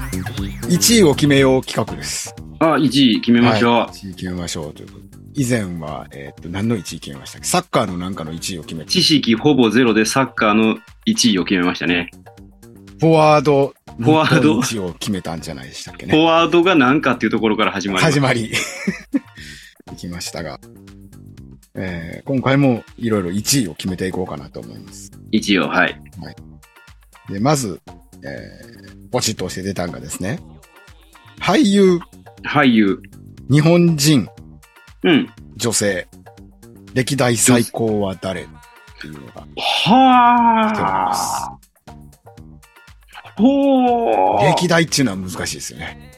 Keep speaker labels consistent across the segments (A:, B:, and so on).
A: 1位を決めよう企画です。
B: あ、1位決めましょう。
A: はい、1位決めましょうということで。以前は、えーっと、何の1位決めましたっけサッカーのなんかの1位を決めて、
B: 知識ほぼゼロでサッカーの1位を決めましたね。
A: フォワード、
B: フォワード
A: 1位を決めたんじゃないでしたっけ
B: フォ
A: ね。
B: ワードが何かっていうところから始まります
A: 始まり。 いきましたが、えー今回もいろいろ1位を決めていこうかなと思います。
B: 一応、はい。
A: で、まず、えー、ポチッと教えてたんがですね、俳優、
B: 俳優。
A: 日本人、
B: うん。
A: 女性、歴代最高は誰っていうのが
B: はあ。ほー
A: 歴代っていうのは難しいですよね。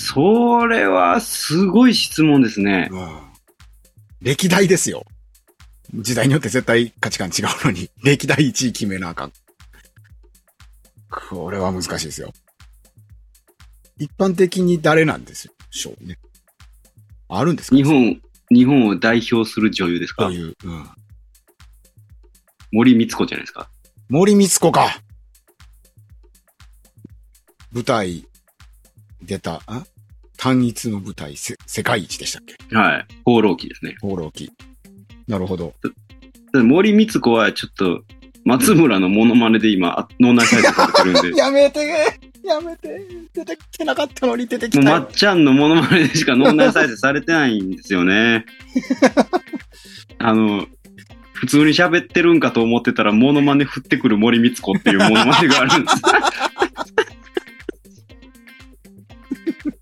B: それはすごい質問ですね。
A: うん歴代ですよ。時代によって絶対価値観違うのに、歴代1位決めなあかん。これは難しいですよ。一般的に誰なんですよ、賞ね。あるんですか
B: 日本、日本を代表する女優です
A: こ
B: か
A: ういう。うん、
B: 森光子じゃないですか。
A: 森光子か。舞台、出た、あ単一の舞台、せ世界一でしたっけ
B: はい。放浪記ですね。
A: 放浪記。なるほど。。
B: ただ森光子はちょっと、松村のモノマネで今、あ脳内再生されてるん で
A: やめてやめて出てきてなかったのに出て
B: もうまっちゃんのモノマネでしか脳内再生されてないんですよ ね。あの、普通に喋ってるんかと思ってたら、モノマネ振ってくる森光子っていうモノマネがあ るんです。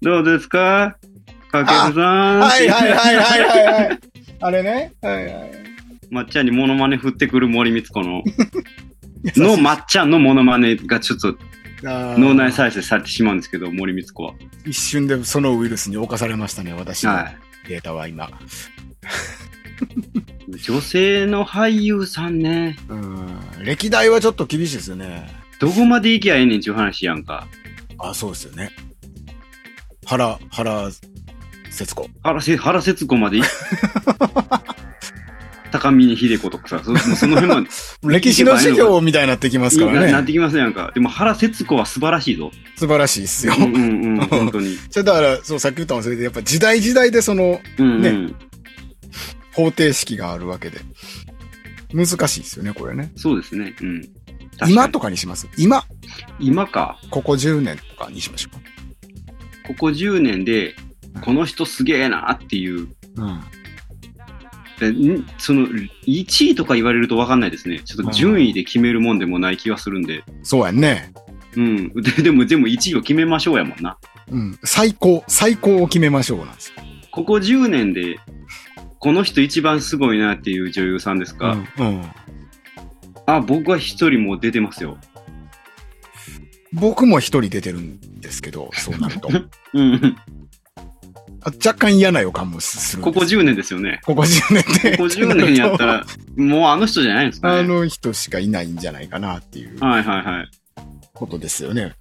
B: どうですかかけるさん。
A: はいはいはいはいはい はい。あれね。はいはい。
B: まっちゃんにモノマネ振ってくる森光子の、
A: 優しい
B: のまっちゃんのモノマネがちょっと
A: あー
B: 脳内再生されてしまうんですけど、森光子は。
A: 一瞬でそのウイルスに侵されましたね、私の
B: はい。
A: データは今。
B: 女性の俳優さんね、
A: うん。歴代はちょっと厳しいですよね。
B: どこまで行きゃええねんちゅう話やんか。
A: あ、そうですよね。原、原節子。
B: 原せ原節子ま で行っ高峰秀子とかさ、そその辺 まで
A: 歴史の授業みたいになってきますか
B: なな
A: ら
B: っ
A: ね。
B: てきますやんか。でも原節子は素晴らしいぞ。
A: 素晴らしいですよ。
B: うんうんうん、本当に。
A: それだから、そう、さっき言ったのそれで、やっぱ時代時代でその、
B: うんうん。
A: 方程式があるわけで。難しいですよね、これね。
B: そうですね。うん。確かに
A: 今とかにします今、
B: 今か。
A: ここ10年とかにしましょ
B: ここ10年で、この人すげえなっていう。
A: う。うん。
B: でんその、1位とか言われると分かんないですね。ちょっと順位で決めるもんでもない気がするんで。
A: そうやんね。
B: うん。ででも、でも1位を決めましょうやもんな。
A: うん。最高、最高を決めましょうなんですよ。
B: ここ10年で、この人一番すごいなっていう女優さんですか、
A: うん。うん
B: あ、僕は一人もう出てますよ。
A: 僕も一人出てるんですけど、そうなる と。
B: うん。
A: あ若干嫌な予感もするん
B: こ
A: です
B: こ10年ですよね。
A: ここ10年で。
B: ここ10年やっ たら、もうあの人じゃないんですか
A: あ
B: ね。
A: の人しかいないんじゃないかなっていう
B: はいはいはい。
A: ことですよね。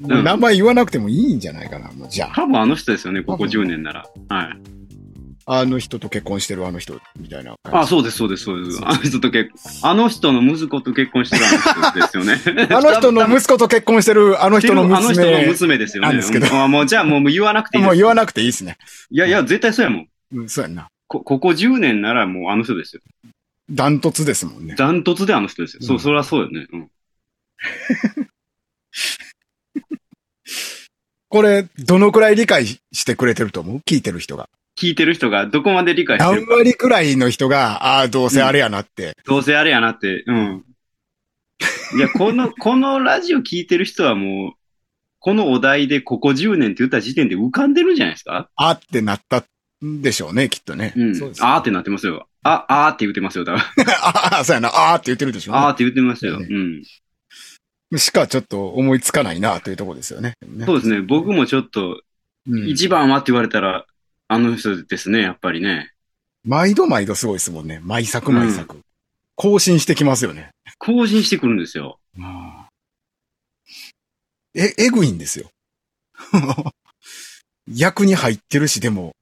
B: う
A: もうん名前言わなくてもいいんじゃないかな、もうじゃあ。
B: 多分あの人ですよね、ここ
A: 多分
B: 10年なら。はい。
A: あの人と結婚してるあの人みたいな感
B: あ、
A: じ。。
B: そうです、そうです、そうです。あの人と結婚、あの人の息子と結婚してるあの人ですよね
A: あの人の
B: 息
A: 息子と結婚してるあの人の
B: あの人の
A: 娘。
B: 娘ですよね。
A: なんですけど
B: うんあもうじゃあもうもう言わなくていいで
A: もう
B: す。
A: 言わなくていいですね。
B: いやいや、絶対そうやもん。
A: うん、そうやんな。
B: こ、ここ10年ならもうあの人ですよ。
A: ダントツですもんね。
B: ダントツであの人ですよ。
A: う
B: そ
A: ん
B: う、そりゃそうよね。うん。
A: これ、どのくらい理解してくれてると思う聞いてる人が。
B: 聞いてる人がどこまで理解して
A: 何
B: るか。
A: 割くらいの人が、ああー、どうせあれやなって。
B: どうせあれやなって。うん。いや、こ の、このラジオ聞いてる人はもう、このお題でここ10年って言った時点で浮かんでるんじゃないですか
A: あーってなったんでしょうね、きっとね。
B: うん
A: そうで。すね。
B: あーってなってますよ。あ、あーって言ってますよ。だから
A: ああ、そうやな。ああって言ってるでしょうね、
B: あーって言ってますよ。
A: ね
B: うん。
A: しかちょっと思いつかないな、というところですよね。ね
B: そうですね。僕もちょっと、
A: うん
B: 一番はって言われたら、あの人ですね、やっぱりね。
A: 毎度毎度すごいですもんね。毎作毎作。更新してきますよね。
B: 更新してくるんですよ。
A: え、えぐいんですよ。役に入ってるし、でも、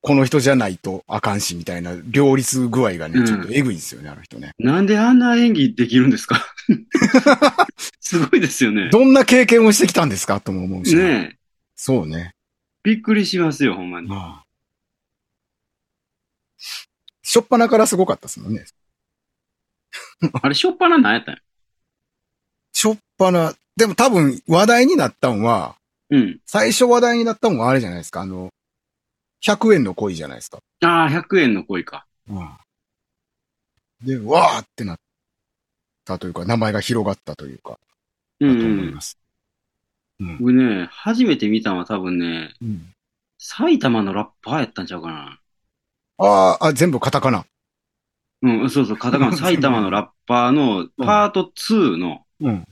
A: この人じゃないとあかんし、みたいな両立具合が
B: う
A: ね、
B: ん
A: ちょっとえぐいんですよね、あの人ね。
B: なんであんな演技できるんですかすすごいですよね。
A: どんな経験をしてきたんですかとも思うしな。
B: ねえ。
A: そうね。
B: びっくりしますよ、ほん まに。
A: まあ。しょっぱなからすごかったですもんね。
B: あれ、しょっぱな何やったんや。
A: しょっぱな、でも多分話題になったんは、
B: うん。
A: 最初話題になったんはあれじゃないですか。あの、100円の恋じゃないですか。
B: ああ、100円の恋か。
A: で、わーってなったというか、名前が広がったというか、
B: う
A: だ
B: ん、
A: と
B: う
A: 思い
B: ん。
A: ます。うん。
B: 僕ね、初めて見たのは多分ね、
A: うん
B: 埼玉のラッパーやったんちゃうかな。
A: あーあ、全部カタカナ。
B: うん、そうそう、カタカ ナ、埼玉のラッパーのパート2の、
A: うん。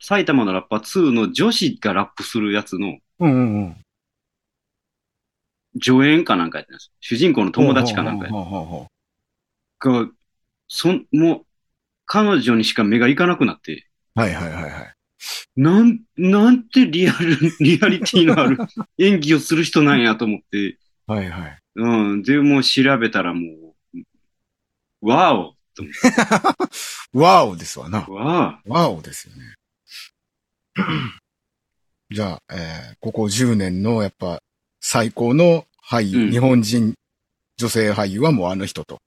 B: 埼玉のラッパー2の女子がラップするやつの
A: うんうんうん。
B: 助演かなんかやったんです。主人公の友達かなんかや
A: ほうほうほうほうほう
B: が、そん、もう、彼女にしか目がいかなくなって、
A: はいはいはいはい。
B: なん、なんてリアル、リアリティの ある演技をする人なんやと思って、
A: はいはい。
B: うん、で、もう調べたらもう、わおと思っ
A: ワオですわな
B: て、。わ
A: ワオですよね。 じゃあ、えーここ10年のやっぱ最高の俳優、
B: うん
A: 日本人女性俳優はもうあの人と。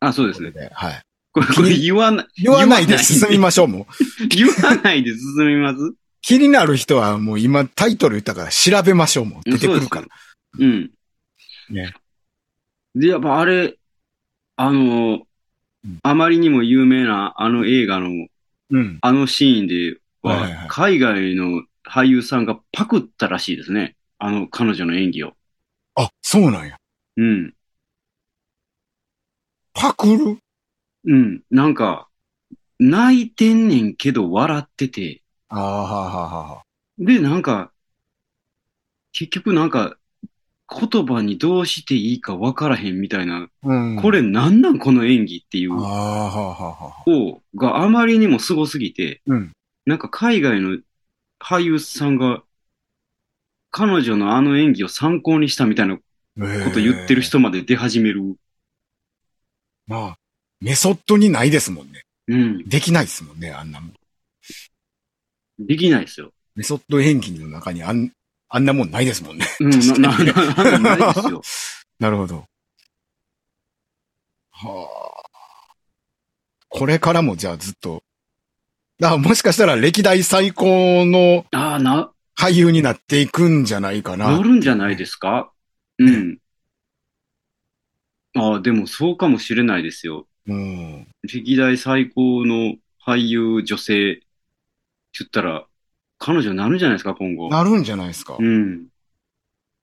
B: ああ、そうですね。
A: ということではい。
B: これ、これ言わない、
A: 言わないで進みましょう、もう。
B: 言わないで進みます
A: 気になる人はもう今タイトル言ったから調べましょう、もう。出てくるから。
B: そうですうん。
A: ね。
B: で、やっぱあれ、あの
A: うん、
B: あまりにも有名なあの映画の、
A: うん。
B: あのシーンで
A: はいはいは、
B: はい海外の俳優さんがパクったらしいですね。あの、彼女の演技を。
A: あ、そうなんや。
B: うん。
A: パクる
B: うん。なんか、泣いてんねんけど笑ってて、
A: ああ、はあはあはあ。
B: で、なんか、結局なんか、言葉にどうしていいかわからへんみたいな、
A: うん
B: これなんなんこの演技っていう
A: ああ、はあはあはあ。
B: を、があまりにもすごすぎて、
A: うん。
B: なんか海外の俳優さんが、彼女のあの演技を参考にしたみたいなこ
A: こと
B: 言ってる。人まで出始める。
A: まあ、メソッドにないですもんね。
B: うん。
A: できないですもんね、あんなもん。
B: できないですよ。
A: メソッド演技の中にあん、あんなもんないですもんね。
B: うん、な、な、な、なないで すよ。
A: なるほど。はあ。これからもじゃあずっと。あ、もしかしたら歴代最高の
B: ああ、な、
A: 俳優になっていくんじゃないか
B: な
A: な。
B: るんじゃないですかうん。ああ、でもそうかもしれないですよ。
A: うん。
B: 歴代最高の俳優女性って言ったら、彼女になるんじゃないですか、今後。
A: なるんじゃないですか
B: う。ん。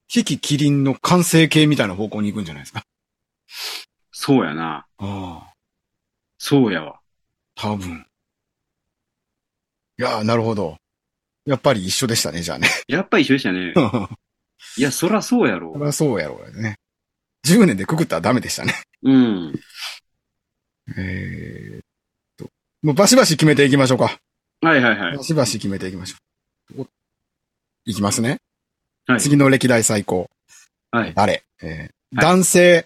A: キキキリンの完成形みたいな方向に行くんじゃないですか。
B: そうやな。
A: ああ。
B: そうやわ。
A: 多分。いやー、なるほど。やっぱり一緒でしたね、じゃ あね。
B: やっぱ一緒でしたね。いや、そらそうやろ
A: そ。りゃそうやろうね。10年でくくったらダメでしたね。
B: うん。
A: えーっと。もうバシバシ決めていきましょうか。
B: はいはいはい
A: バ。シバシ決めていきましょう。おいきますね。
B: はい。
A: 次の歴代最高。
B: はい。
A: 誰、えー
B: はい
A: 男性、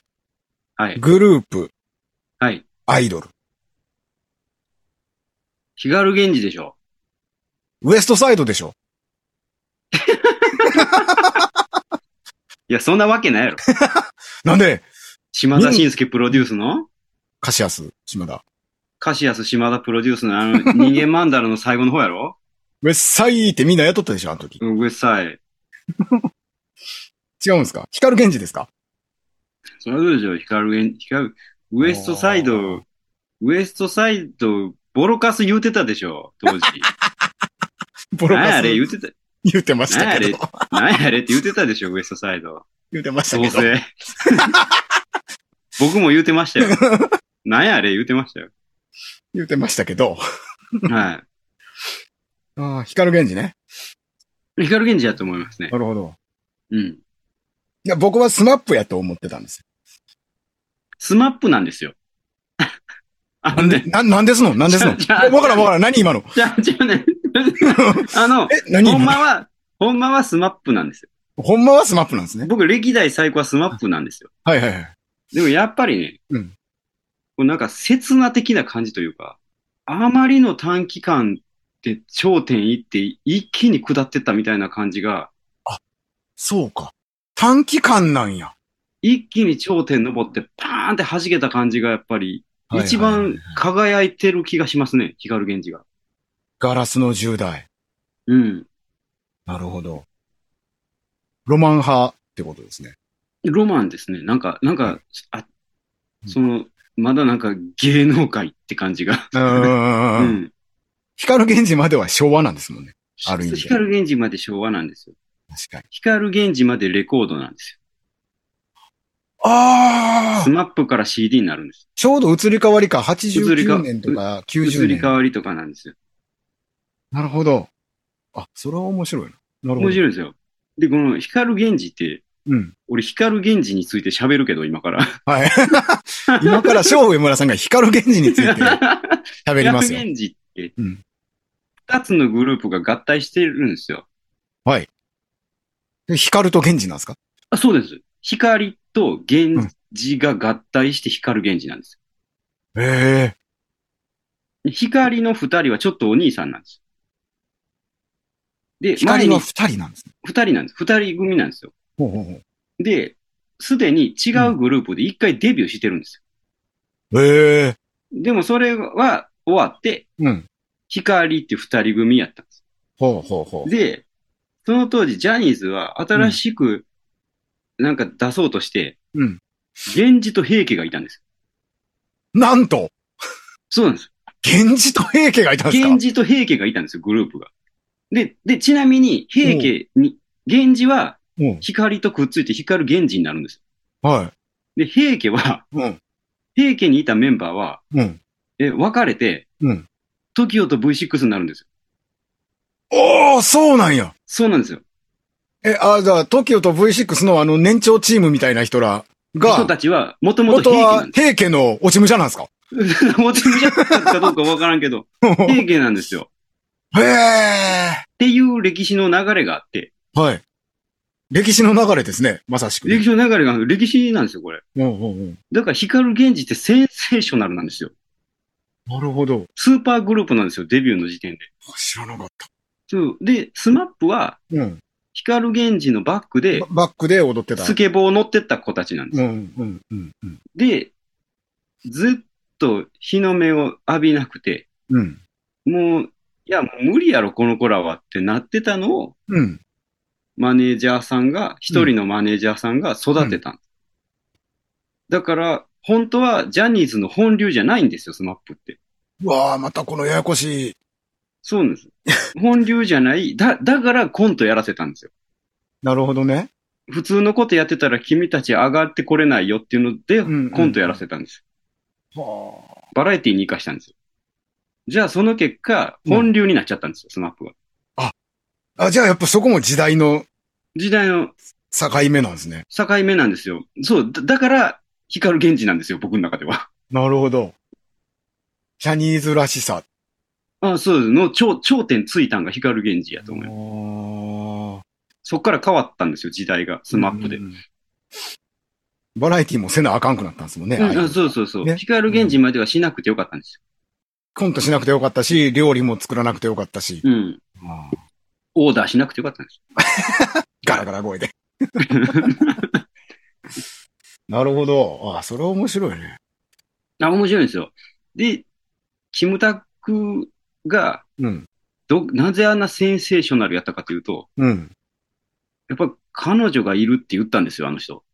B: はい。
A: グループ、
B: はい。
A: アイドル。
B: 気軽源氏でしょ。
A: ウエストサイドでしょ。
B: いや、そんなわ けないやろ。
A: なんで、
B: 島田紳介プロデュースの
A: カシアス、島田。
B: カシアス島田プロデュース のあの、人間マンダラの最後の方やろ
A: ウェッサイってみんな雇ったでしょ、あの時。
B: うん、うっさい。
A: 違うんですか光源氏ですか
B: それはどうでしょう、光源、光、ウエストサイ
A: お
B: ド、ウエストサイド、ボロカス言うてたでしょ、当時。
A: ボロ
B: 何や
A: カ
B: あ
A: ス
B: れ
A: 言
B: 言
A: う
B: うてた、
A: てましたけど
B: 何。何やあれって言うてたでしょ、ウエストサイド。
A: 言うてました
B: どう
A: けど。
B: せ。 僕も言うてましたよ。 何やあれ言うてましたよ。
A: 言うてましたけど。
B: は
A: ああ、光源氏ね。
B: い。光源氏やと思いますね。
A: なるほど。
B: うん。
A: いや、僕はスマップやと思ってたんですよ。
B: スマップな んですよ。あのね、
A: な、なんですのなんですの
B: じゃあじゃあ
A: わからんわからん。何今の
B: じゃあ、じゃ あね、あの、
A: え、何
B: ほん
A: 今
B: まは、ほんまはスマップなんですよ。
A: のほんまはスマップなんですね。
B: 僕、歴代最高はスマップなんですよ。
A: はいはいはい。
B: でもやっぱりね、
A: うん
B: こうなんか刹那的な感じというか、あまりの短期間で、頂点行って一気に下ってったみたいな感じが、
A: そうか。短期間なんや。
B: 一気に頂点登ってパーンって弾けた感じがやっぱり、一
A: はいはい
B: 番
A: はい
B: 輝いてる気がしますね、光源氏が。
A: ガラスの10代。
B: うん。
A: なるほど。ロマン派ってことですね。
B: ロマンですね。なんか、なんか、あ
A: う、ん
B: その、まだなんか芸能界って感じが。
A: う。
B: うんん。
A: 光源氏までは昭和なんですもんね。ある意味で
B: 光源氏まで昭和なんですよ。
A: 確かに。
B: 光源氏までレコードなんですよ。
A: あ
B: ス
A: あ
B: マップから CD になるんです。
A: ちょうど移り変わりか、
B: 移り変
A: 89
B: わ
A: 年とか
B: 移
A: 90
B: り
A: 年。
B: 変わりとかなんですよ。
A: なるほど。あ、それは面白いな。なるほど。
B: 面白いですよ。で、この光源氏って、
A: うん。
B: 俺光源氏について喋るけど、今から。
A: はい。今から、小上村さんが光源氏につい て喋りますよ。
B: 源氏って
A: うん、
B: 二つのグループが合体してるんですよ。
A: 光と源氏なんですか
B: あ、そうです。光と源氏が合体して光源氏なんです。
A: ええ
B: 光の二人はちょっとお兄さんなんです。で、前
A: 光
B: に
A: は二人なんですね。
B: 二人なんです。二人組なんですよ。
A: ほうほうほ
B: で、すでに違うグループで一回デビューしてるんです
A: う。ええ
B: よ。でもそれは終わって、
A: うん。
B: 光って二人組やったんです。
A: ほうほうほう。
B: で、その当時ジャニーズは新しくなんか出そうとして、
A: うん。
B: 源氏と平家がいたんです。
A: なんと、
B: そうなんです。
A: 源氏と平家がいたんですか
B: 源氏と平家がいたんですよ、グループが。で、で、ちなみに、平家に、源氏は
A: うん。
B: 光とくっついて光源氏になるんです。
A: は
B: で、平家は、
A: い。うん。
B: 平家にいたメンバーは、
A: うん。
B: え、別れて、
A: うん。
B: TOKIO と V6 になるんですよ。
A: おー、そうなんや。
B: そうなんですよ。
A: え、あ、じゃあ、TOKIO と V6 のあの年長チームみたいな人ら
B: 人
A: が、
B: たちは、もともと
A: 元
B: 平家な
A: は
B: んで
A: 平家の落ち武者なんですか
B: す。もちろんじゃったかどうかわからん けど、平家なんですよ。
A: へえ。
B: っていう歴史の流れがあって、
A: はい。歴史の流れですね、まさしく。
B: 歴史の流れがある、歴史なんですよ、これ。
A: うんうんうん。
B: だから光源氏ってセンセーショナルなんですよ。
A: なるほど。
B: スーパーグループなんですよ、デビューの時点で。
A: 知らなかった。
B: そう。で、スマップは、
A: うん。
B: 光源氏のバックで
A: バ、バックで踊ってた。
B: スケボー乗ってった子たちなんです。
A: うんうんうんうん。
B: で、ずっと日の目を浴びなくて、
A: うん。
B: もう、いや、もう無理やろ、この子らはってなってたのを、
A: うん。
B: マネージャーさんが、一人のマネージャーさんが育てたんです、だから、本当はジャニーズの本流じゃないんですよ、スマップって。
A: うわあ、またこのややこしい。
B: そうなんです。 本流じゃない。だ、だからコントやらせたんですよ。
A: なるほどね。
B: 普通のことやってたら君たち上がってこれないよっていうので、
A: んうん
B: コントやらせたんです。
A: はあ。
B: バラエティに活かしたんですよ。じゃあその結果、
A: うん
B: 本流になっちゃったんですよ、スマップは。
A: あ、じゃあやっぱそこも時代の
B: 時代の
A: 境目なんですね。
B: 境目なんですよ。そう、だだから、光源氏なんですよ、僕の中では。
A: なるほど。ジャニーズらしさ。
B: あそうです。の頂頂点ついたんが光源氏やと思います。
A: ああ。
B: そっから変わったんですよ、時代が、スマップで。
A: うんうんバラエティもせなあかんくなったんですもんね。
B: うん
A: ああい
B: あ
A: う
B: そうそうそう。
A: ね
B: 光源氏まではしなくてよかったんです
A: コントしなくてよかったし、料理も作らなくてよかったし。
B: よ。うん。オーダーしなくてよかったんです
A: ガラガラ声で。なるほど。あ、それは面白いね。
B: よ。 あ、面白いんですよ。で、キムタクが
A: うん。
B: ど、なぜあんなセンセーショナルやったかというと、
A: うん。
B: やっぱ彼女がいるって言ったんですよ、あの人。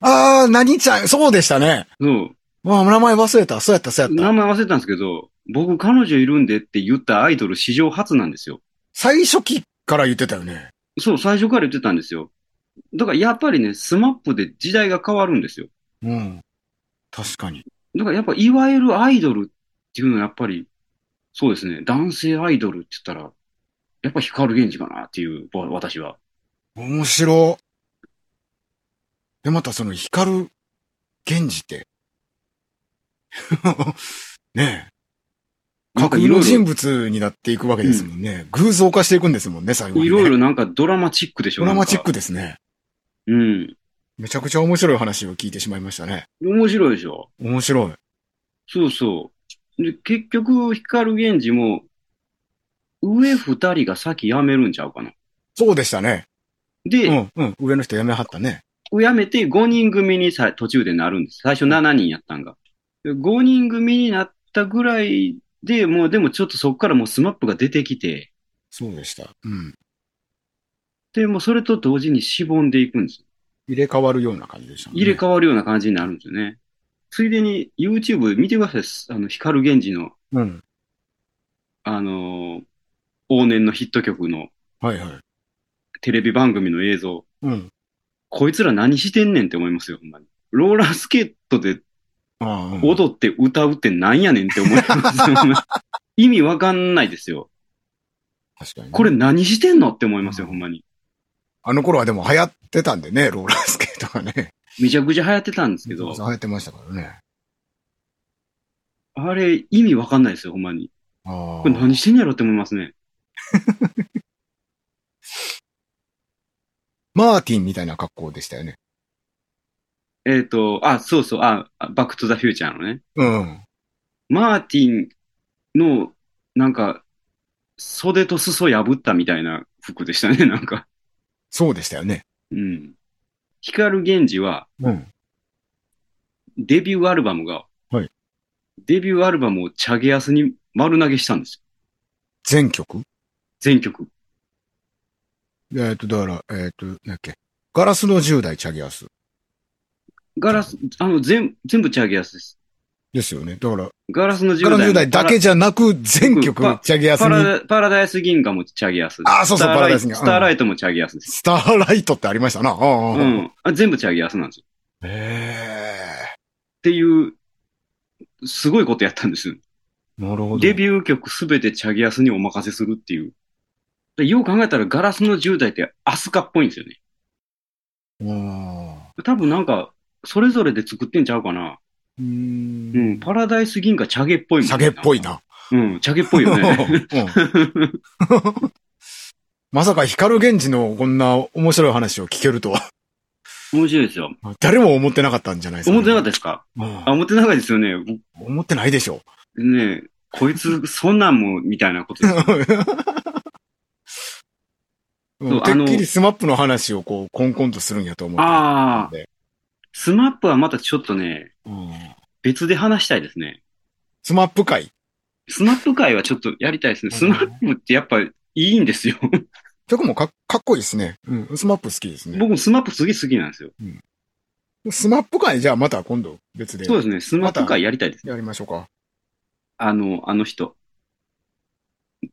A: ああ、何ちゃん、そうでしたね。
B: そう。
A: わあ、名前忘れた。そうやった、そうやっ
B: 名
A: た。
B: 前忘れたんですけど、僕彼女いるんでって言ったアイドル史上初なんですよ。
A: 最初期から言ってたよね。
B: そう、最初から言ってたんですよ。だからやっぱりね、スマップで時代が変わるんですよ。
A: うん。確かに。
B: だからやっぱいわゆるアイドルっていうのはやっぱり、そうですね、男性アイドルって言ったら、やっぱ光源氏かなっていう、わ私は。
A: 面白。で、またその光る源氏って。 ねえ。
B: なん
A: 架
B: か
A: 空
B: いろ
A: の
B: い
A: 人
B: ろ、
A: 物になっていくわけですもんね。偶像化していくんですもんね、最後に、ね。
B: いろいろなんかドラマチックでしょ
A: ドラマチッ。
B: なんか
A: クですね。
B: うん。
A: めちゃくちゃ面白い話を聞いてしまいましたね。
B: 面白いでしょ。
A: 面白い。
B: そうそう。で、結局、光源氏も、上二人が先辞めるんちゃうかな。
A: そうでしたね。
B: で、
A: うん、うん。上の人辞めはったね。
B: 辞めて5人組にさ途中でなるんです。最初7人やったんが。5人組になったぐらいで、もうでもちょっとそこからもうスマップが出てきて、
A: そうでした。うん。
B: で、もうそれと同時にしぼんでいくんです。
A: 入れ替わるような感じでしたね。
B: 入れ替わるような感じになるんですよね。ついでに YouTube 見てください。あの、光源氏の、
A: うん。
B: あのー往年のヒット曲の
A: はいはい。
B: テレビ番組の映像。
A: うん。
B: こいつら何してんねんって思いますよ、ほんまに。ローラースケートで
A: ああ、うん
B: 踊って歌うってなんやねんって思いますよ。 ほんまに意味わかんないですよ。
A: 確かにね、
B: これ何してんのって思いますよ、ほんまに。
A: あの頃はでも流行ってたんでね、ローラースケートがね。
B: めちゃくちゃ流行ってたんですけど
A: 流、行ってましたからね。
B: あれ意味わかんないですよ、ほんまに。
A: ああ
B: これ何してんやろって思いますね。
A: マーティンみたいな格好でしたよね。
B: えっ、と、あ、そうそう、あ、バックトゥザフューチャーのね。
A: うん。
B: マーティンの、なんか、袖と裾破ったみたいな服でしたね、なんか。
A: そうでしたよね。
B: うん。光源氏は、
A: うん。
B: デビューアルバムが、
A: はい
B: デビューアルバムをチャゲヤスに丸投げしたんですよ。
A: 全曲
B: 全曲。
A: えっと、だから、えっと、なんだっけ。ガラスの10代チャギアス。
B: ガラス、あの、全、全部チャゲヤスです。
A: ですよね。だから、
B: ガラスの10
A: ガラ
B: 代
A: ス
B: も
A: 10代だけじゃなく、全曲
B: パ
A: チャギアス
B: パ
A: に。
B: ラパラダイス銀河もチャゲヤス。
A: あそうそう
B: スター
A: パラ
B: ラ
A: ダ
B: イ
A: イス銀河
B: スターライトもチャゲヤスです。
A: スターライトってありましたな。ああ、
B: う
A: ああ
B: ん。あ全部チャゲヤスなんですよ。っ
A: へ
B: ていう、すごいことやったんですよ。
A: え。なるほど。
B: デビュー曲すべてチャギアスにお任せするっていう。でよう考えたらガラスの10代ってアスカっぽいんですよね。
A: うん
B: 多分なんか、それぞれで作ってんちゃうかな。
A: う
B: うんん、パラダイス銀河チャゲっぽいもん
A: チャゲっぽい。な。
B: うん、チャゲっぽい よね。
A: うんまさか光源氏のこんな面白い話を聞けるとは、
B: 面白いですよ。
A: 誰も思ってなかったんじゃないですか。
B: 思ってなかったですかあ、
A: た。
B: 思ってなかったですよね。
A: 思ってないでし ょ。
B: ねこいつ、そんなんも、みたいなことです。
A: うん
B: そう
A: て
B: あの
A: っきりスマップの話をこう、コンコンとするんやと思った
B: あ
A: ん
B: あ、
A: で。
B: スマップはまたちょっとね、
A: うん
B: 別で話したいですね。
A: スマップ界。
B: スマップ界はちょっとやりたいですね。スマップってやっぱいいんですよ。
A: 曲もかっかっこいいですね。うん。スマップ好きですね。
B: 僕もスマップすげえ好きなんですよ。
A: スマップ界じゃあまた今度別で
B: そうですね。スマップ界やりたいです。
A: やりましょうか。
B: あの、あの人。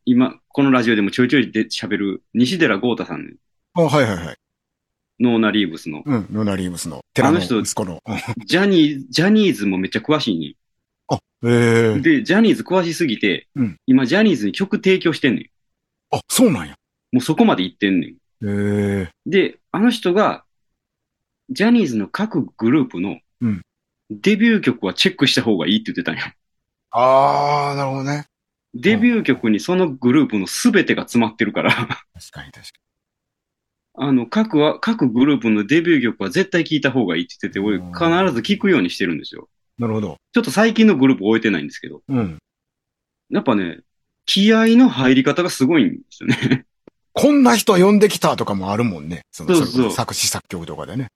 B: 今、このラジオでもちょいちょいで喋る、西寺豪太さん、
A: あ、はいはいはい。
B: ノーナリーブスの。
A: うん。ノナリームスの、寺の
B: あの人
A: 息子の。うん
B: ジャニー、ジャニーズもめっちゃ詳しいね。
A: へえ。
B: で、ジャニーズ詳しすぎて、
A: うん
B: 今ジャニーズに曲提供してんねん。
A: あ、そうなんや。
B: もうそこまで行ってんねん。
A: へえ。
B: で、あの人が、ジャニーズの各グループの
A: うん、
B: デビュー曲はチェックした方がいいって言ってたんや。
A: あー、なるほどね。
B: デビュー曲にそのグループの全てが詰まってるから、
A: 確かに確か
B: あの、各は、各グループのデビュー曲は絶対聴いた方がいいって言ってて、俺
A: うん
B: 必ず聴くようにしてるんですよ。
A: に。なるほど。
B: ちょっと最近のグループ置いてないんですけど、
A: うん。
B: やっぱね、気合の入り方がすごいんです よね。
A: こんな人呼んできたとかもあるもんね。その
B: そうそう
A: れこ作詞作曲とかでね。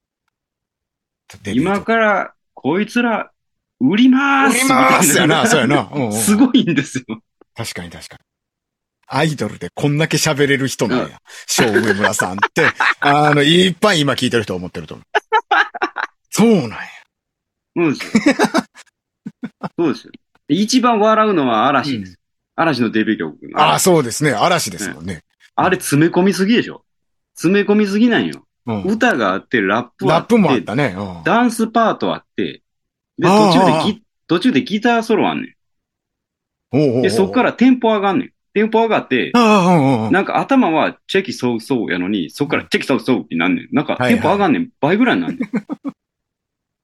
A: デビュー
B: 今
A: 曲
B: から、こいつら、売りまー
A: 売
B: す
A: りますやな、そうや。な。うんうん
B: すごいんですよ。
A: 確かに確かに。アイドルでこんだけ喋れる人なんや。小上村さん って、あの、いっぱい今聞いてる人思ってると思う。そうなんや。
B: そうです よ。そうですよ。一番笑うのは嵐です。嵐のデビュー曲。
A: ああ、そうですね。嵐ですもんね。
B: あれ詰め込みすぎでしょ詰め込みすぎなんよ。
A: うん。
B: 歌があって、ラップはあ
A: ラッ
B: って、
A: プもあったね。うん
B: ダンスパートあって、で、
A: ああ
B: 途中
A: ああ
B: でギ、途中でギターソロあんね
A: おうおうお
B: ん。
A: う
B: で、そっか。らテンポ上がんねん。テンポ上がって、
A: ああ、うんうんうん。
B: なんか頭はチェキソウソウやのに、そっからチェキソウソウってなんねん。なんか
A: はいはい
B: テンポ上がんねん。倍ぐらいになんね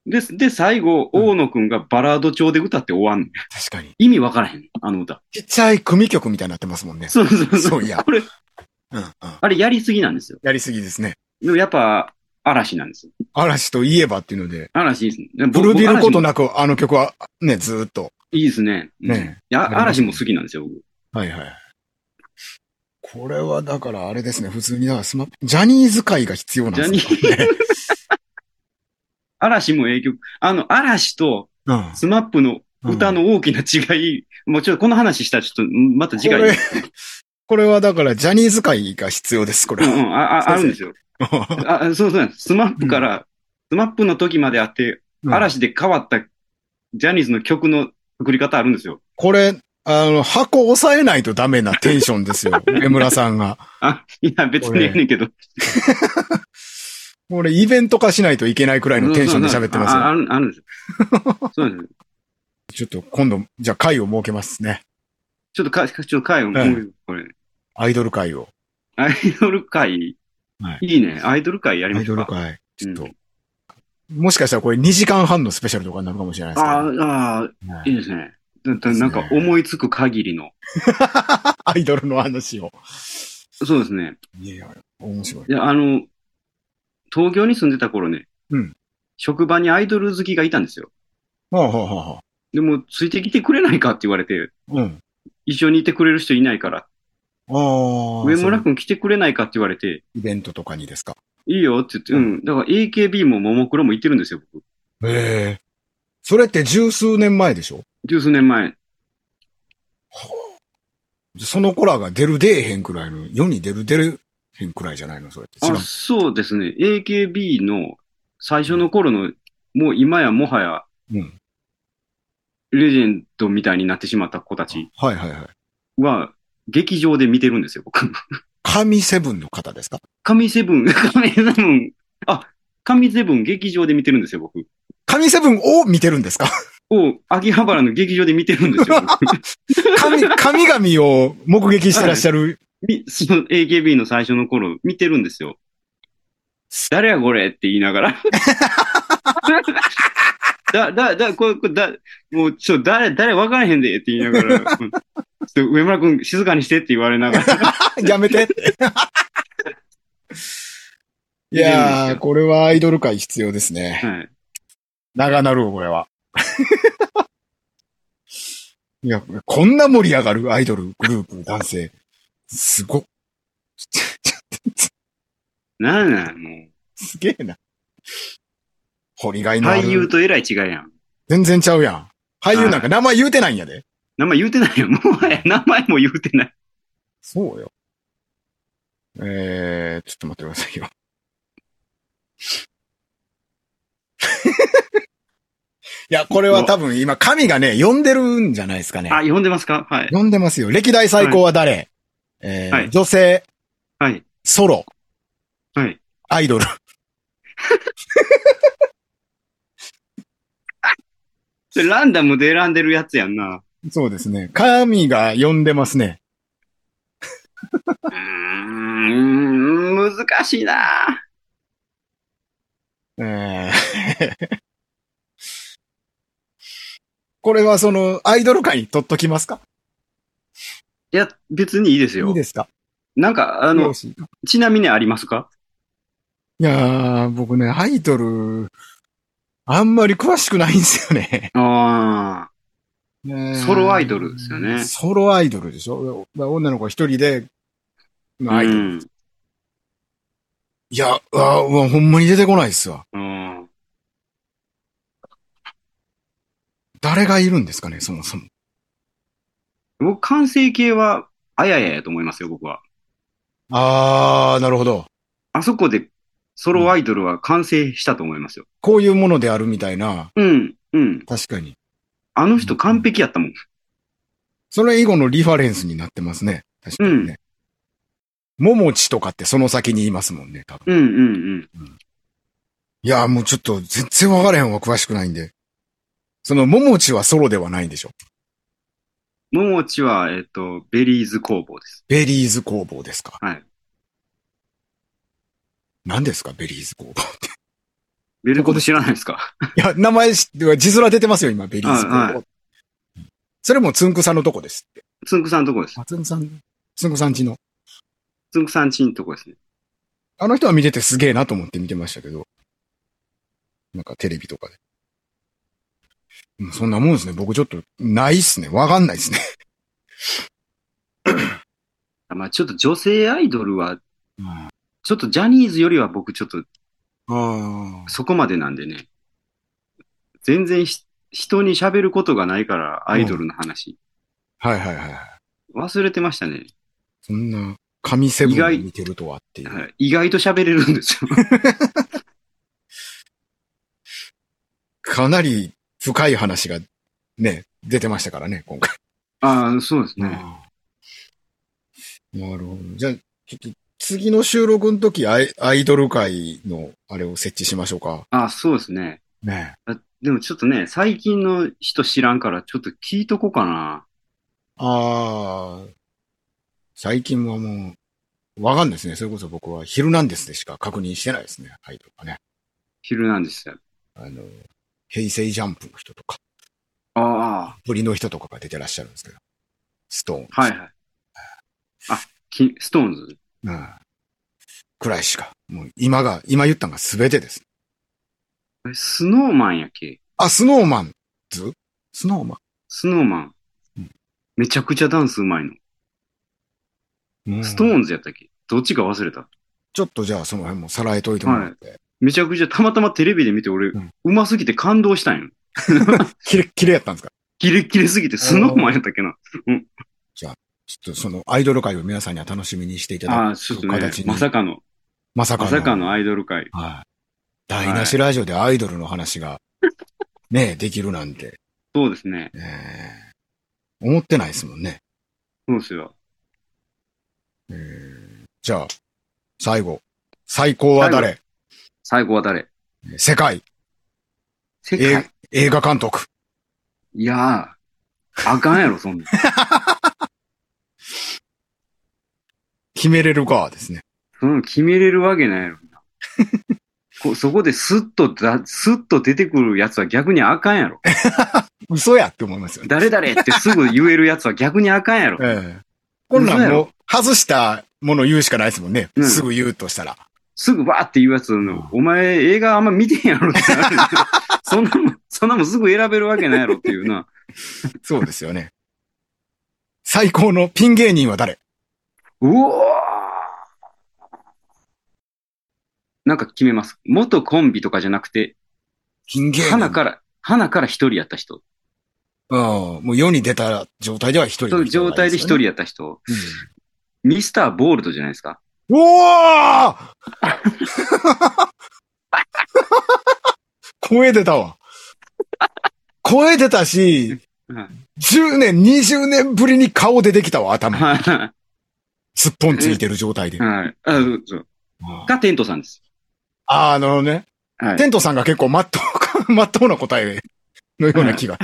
B: ん。で、で、最後、
A: うん
B: 大野くんがバラード調で歌って終わんねん。
A: 確かに。
B: 意味わからへん、あの歌。
A: ちっちゃい組曲みたいになってますもんね。
B: そうそうそう。
A: そういや
B: これ、
A: うんうん。
B: あれやりすぎなんですよ。
A: やりすぎですね。
B: でもやっぱ、嵐なんですよ。
A: 嵐といえばっていうので、
B: 嵐いいですね。
A: ブルービルこと
B: な。
A: なくあの曲はね、ずーっと。
B: いいですね。うん
A: ね
B: いや
A: ありますね
B: 嵐も好きなんですよ、僕。
A: はいはい。これはだからあれですね、普通に、だからスマジャニーズ界が必要なん
B: ジ
A: で
B: ャ
A: す
B: ニ
A: ね。
B: ー。 嵐も影響、あの、嵐と
A: うん。
B: スマップの歌の大きな違い、もうちょっとこの話したらちょっとまた次
A: こ
B: 回。
A: れ、これはだからジャニーズ界が必要です、これ
B: うんう
A: は。
B: ん、あ、ああるんですよ。あ、あそうそうなんです。スマップから、スマップの時まであって、
A: うん
B: 嵐で変わったジャニーズの曲の作り方あるんですよ。
A: これ、あの、箱押さえないとダメなテンションです よ。江村さんが。
B: あ、いや、別にええねんけど。
A: 俺、イベント化しないといけないくらいのテンションで喋ってます
B: あ
A: よ。
B: あるあるんですよ。そうなんですよ。
A: ちょっと今度、じゃあ会を設けますね。
B: ちょっとか、ちょっと会を、も
A: え
B: うこれ。
A: アイドル会を。
B: アイドル会、
A: はい
B: い、いね。アイドル会やり
A: ア
B: ま
A: イ
B: しょ
A: ド
B: う
A: ル
B: か。
A: 会。ちょっと
B: う。
A: もしかしたらこれ2時間半のスペシャルとかになるかもしれないですけ
B: あ
A: ど
B: ーあー、いいですね。だだなんか思いつく限りの。
A: アイドルの話を。
B: そうですね。
A: いやいや、面白い。
B: いや、あの、東京に住んでた頃ね、
A: うん
B: 職場にアイドル好きがいたんですよ。
A: はあ、はあはあはあ、
B: でも、ついてきてくれないかって言われて、
A: うん。
B: 一緒にいてくれる人いないから、
A: ああ。
B: 上村
A: そ
B: くん来てくれないかって言われて、
A: うイベントとかにですか。
B: いいよって言って、うん。だから AKB もももクロも行ってるんですよ、僕。
A: ええそれって十数年前でしょ
B: 十数年前。
A: その子らが出る出えへんくらいの、世に出る出るへんくらいじゃないのそれって。違う
B: あ、。そうですね。AKB の最初の頃の、もう今やもはや、
A: うん
B: レジェンドみたいになってしまった子たち
A: はいはいはい。
B: は、劇場で見てるんですよ、僕。
A: 神セブンの方ですか
B: 神セブン、神セブン、あ、神セブン劇場で見てるんですよ、僕。
A: 神セブンを見てるんですか
B: を、秋葉原の劇場で見てるんですよ。僕
A: 神、神々を目撃してらっしゃ る。
B: みその AKB の最初の頃、見てるんですよ。誰やこれって言いながら。だ、だ、だ、これ、これだ、もう、ちょ、誰、誰分からへんでって言いながら、うんちょっと上村君静かにしてって言われながら。
A: やめて。いやー、これはアイドル界必要ですね。
B: はい。
A: 長なるわ、これは。 いや、こんな盛り上がるアイドル、グループ、男性。すごっ。
B: なんなん、もう。
A: すげえな。掘りがいのある。
B: 俳優とえらい違いやん。
A: 全然ちゃうやん。俳優なんか名前言うてないんやで。
B: 名前言うてないよ。もはや名前も言うてない。
A: そうよ。えー、ちょっと待ってください よ。いや、これは多分今、神がね、呼んでるんじゃないですかね。
B: あ、呼んでますかはい。
A: 呼んでますよ。歴代最高は誰、えー
B: はい
A: 女性、
B: はい。
A: ソロ、
B: はい。
A: アイドル。
B: それランダムで選んでるやつやんな。
A: そうですね。神が呼んでますね。
B: うーん、難しいな
A: えー これはその、アイドル界に取っときますか
B: いや、別にいいですよ。
A: いいですか
B: なんか、あ
A: よ
B: の
A: ろ、しい
B: ちなみにありますか
A: いやー、僕ね、アイドル、あんまり詳しくないんですよね。
B: ああ、ソロアイドルですよね
A: ソロアイドルでしょ女の子一人でのアイド
B: う
A: ル。
B: ん。
A: いや、あーうわほんまに出てこないですわ。
B: うん
A: 誰がいるんですかね、そもそも。
B: 僕、完成形は、あやややと思いますよ、僕は。
A: あー、なるほど。
B: あそこで、ソロアイドルは完成したと思いますよ。
A: こういうものであるみたいな、
B: うん、うん。
A: 確かに。
B: あの人完璧やったもん。
A: それ以後のリファレンスになってますね。確かにね。ももちとかってその先にいますもんね、多分。
B: うん、うん、
A: いやー、もうちょっと全然わからへんわ、詳しくないんで。その、ももちはソロではないんでしょ
B: うん。ももちは、えっと、ベリーズ工房です。
A: ベリーズ工房ですか。
B: はい。
A: 何ですか、ベリーズ工房 って。
B: ベルコト知らないですか
A: いや、名前知って、字面出てますよ、今、ベリーズ工房。
B: はいは
A: それもつんくさんのとこですって。
B: つんくさんのとこです。
A: あ、つんくさん、つんくさんちの。
B: つんくさんちんとこですね。
A: あの人は見ててすげえなと思って見てましたけど。なんかテレビとかで。うんそんなもんですね。僕ちょっと、ないっすね。わかんないっすね。
B: まあちょっと女性アイドルは、
A: うん
B: ちょっとジャニーズよりは僕ちょっと
A: あ
B: そこまでなんでね。全然ひ人に喋ることがないから、アイドルの話。
A: あ。 はいはいはいはい。
B: 忘れてましたね。
A: そんな、神セブンを見てるとはっていう。
B: はい意外と喋れるんです よ。
A: かなり深い話がね、出てましたからね、今回。
B: ああ、そうですね。
A: なるほど。じゃあ、ちょっと次の収録の時アイ、アイドル界のあれを設置しましょうか。
B: ああ、そうですね。
A: ね
B: あでもちょっとね、最近の人知らんから、ちょっと聞いとこうかな。
A: ああ、最近はもう、わかんないですね。それこそ僕はヒルナンデスでしか確認してないですね。アイドルはね。
B: ヒルナンデス。
A: あの、平成ジャンプの人とか、
B: ああ、
A: ブリの人とかが出てらっしゃるんですけど。ストーンズ。
B: はいはい。あ、きストーンズ。
A: うん。くらいしか。もう今が、今言ったのが全てです。
B: えスノーマンやっけ
A: あ、スノーマンズスノーマ
B: スノーマン
A: うん。
B: めちゃくちゃダンスうまいの。
A: ン。うん
B: ストーンズやったっけどっちか忘れた。
A: ちょっとじゃあその辺もさらえといてもらって。
B: めちゃくちゃたまたまテレビで見て俺、
A: うん
B: うますぎて感動したんよ。
A: キレッキレやったんですか
B: キレッキレすぎてスノーマンやったっけな。
A: ちょっとそのアイドル界を皆さんには楽しみにしていた
B: あ
A: だ
B: あ、ちょっ
A: く
B: とね
A: 形、に。
B: まさかの、
A: まさか
B: ま
A: の。
B: さかのアイドル界。
A: はい。台無しラジオでアイドルの話が、ね、できるなんて、
B: そうですね。
A: えー思ってないですもんね。
B: そうですよ。
A: えーじゃあ、最後。最高は誰
B: 最後は誰
A: 世界
B: 世界。
A: 映画監督。
B: いやー、あかんやろ、そんなん。
A: 決めれるかですね。
B: そんなの決めれるわけないやろ な。こそこでスッとだ、スッと出てくるやつは逆にあかんやろ。
A: 嘘やって思いますよね。
B: 誰々ってすぐ言えるやつは逆にあかんやろ
A: え。えこんな
B: 嘘や
A: んもう
B: ろ、
A: 外したものを言うしかないですもんね。
B: うん
A: すぐ言うとしたら。
B: すぐわーって言うやつの、お前映画あんま見てんやろってなる よそんなもん、そんなもんすぐ選べるわけないやろっていうな。
A: そうですよね。最高のピン芸人は誰
B: うおーなんか決めます。元コンビとかじゃなくて、
A: ピン芸人。
B: 花から、花から一人やった人。
A: うん。もう世に出た状態では一人
B: そ
A: の
B: ういう
A: 人
B: 状
A: がい
B: 態
A: い
B: です一
A: よ
B: 人
A: ね。
B: やった人。ミスターボールドじゃないですか。
A: うん おー声出たわ。声出たし、
B: うん
A: 10年、20年ぶりに顔出てきたわ、頭。
B: は
A: すっぽんついてる状態で。
B: い。はい。あそうそうがテントさんです。
A: ああ、なるほどね。
B: はい。
A: テントさんが結構まっと う、まっとうな答えのような気が。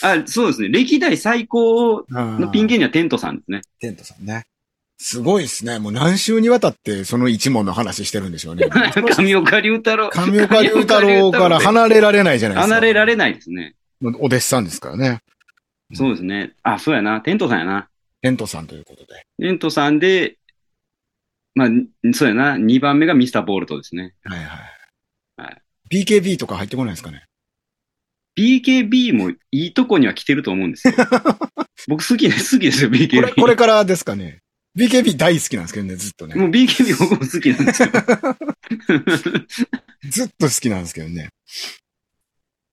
B: あ、そうですね。歴代最高の
A: の
B: ピン芸人はテントさんですね。
A: テントさんね。すごいですね。もう何週にわたってその一問の話してるんでしょう ね。
B: 神岡龍太郎。
A: 神岡龍太郎から離れられないじゃないですか。
B: 離れられないですね。
A: もうお弟子さんですからね。うん
B: そうですね。あ、そうやな。テントさんやな。
A: テントさんということで。
B: テントさんで、まあ、にそうやな。2番目がミスターボルトですね。
A: はい
B: は
A: はい。BKB とか入ってこないですかね。
B: BKB もいいとこには来てると思う んですよ。僕好きです、好きですよ、
A: これ、
B: BKB。
A: これからですかね。BKB 大好きなんですけどね、ずっとね。
B: もう BKB 僕も好きなんですよ。
A: ずっと好きなんですけどね。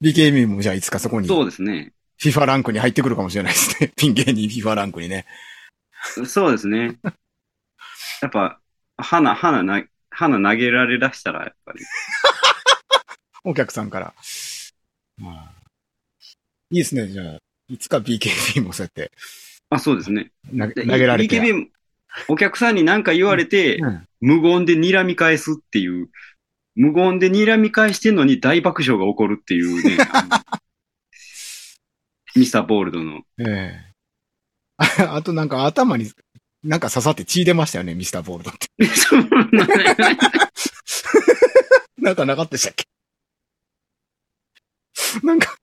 A: BKB もじゃあいつかそこに、
B: そうですね。
A: FIFA ランクに入ってくるかもしれないですね。 ピン芸人 FIFA ランクにね。
B: そうですね。やっぱ、花、花な、花投げられだしたら、やっぱり。
A: お客さんから。まあ、いいですね、じゃあ。いつか BKB もそうやって
B: あ、そうですね。
A: 投げ投げられて。
B: BKB、お客さんに何か言われて、
A: うん
B: 無言で睨み返すっていう、無言で睨み返してんのに大爆笑が起こるっていう ね、あのミスターボールドの。
A: ええ ああとなんか頭に、なんか刺さって血出ましたよね、ミスターボールドって。
B: そんなね
A: なんかなかったでしたっけ なんか、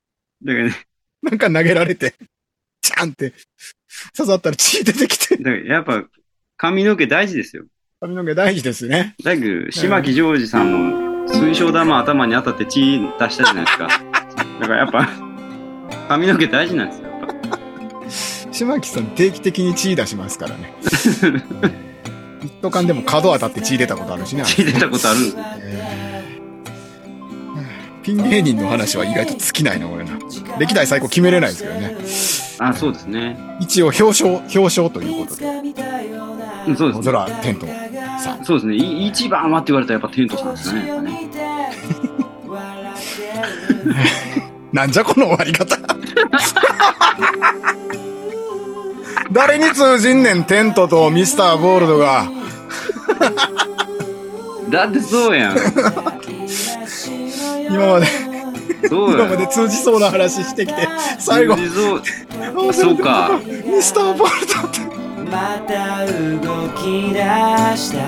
B: だからね、
A: なんか投げられて、チャンって刺さったら血出てきて、
B: だからやっぱ髪の毛大事ですよ。
A: 髪の毛大事ですね。
B: だけど、島木ジョージさんも水晶玉頭に当たって血出したじゃないですか。だからやっぱ、髪の毛大事なんですよ。やっぱ
A: 島木さん定期的に血出しますから ね。一斗缶でも角当たって血出たことあるしね。
B: 聞いてたことあるんです
A: ピン芸人の話は意外と尽きないな、俺な。歴代最高決めれないですけどね。
B: あ、そうですね。
A: 一応表彰、表彰ということで。
B: うんそうです
A: そ
B: ね。
A: ら、テントさん。
B: そうですね。い一番はって言われたらやっぱテントさんですね。やっぱね
A: なんじゃこの終わり方。 誰に通じんねん、テントとミスターゴールドが。
B: だってそうやん。
A: 今まで、
B: そう
A: 今
B: や
A: まで
B: ん。
A: 通じそうな話してきて、最後、
B: 通じそう
A: そ
B: そうか
A: ミスターボールドって。
C: また動き出した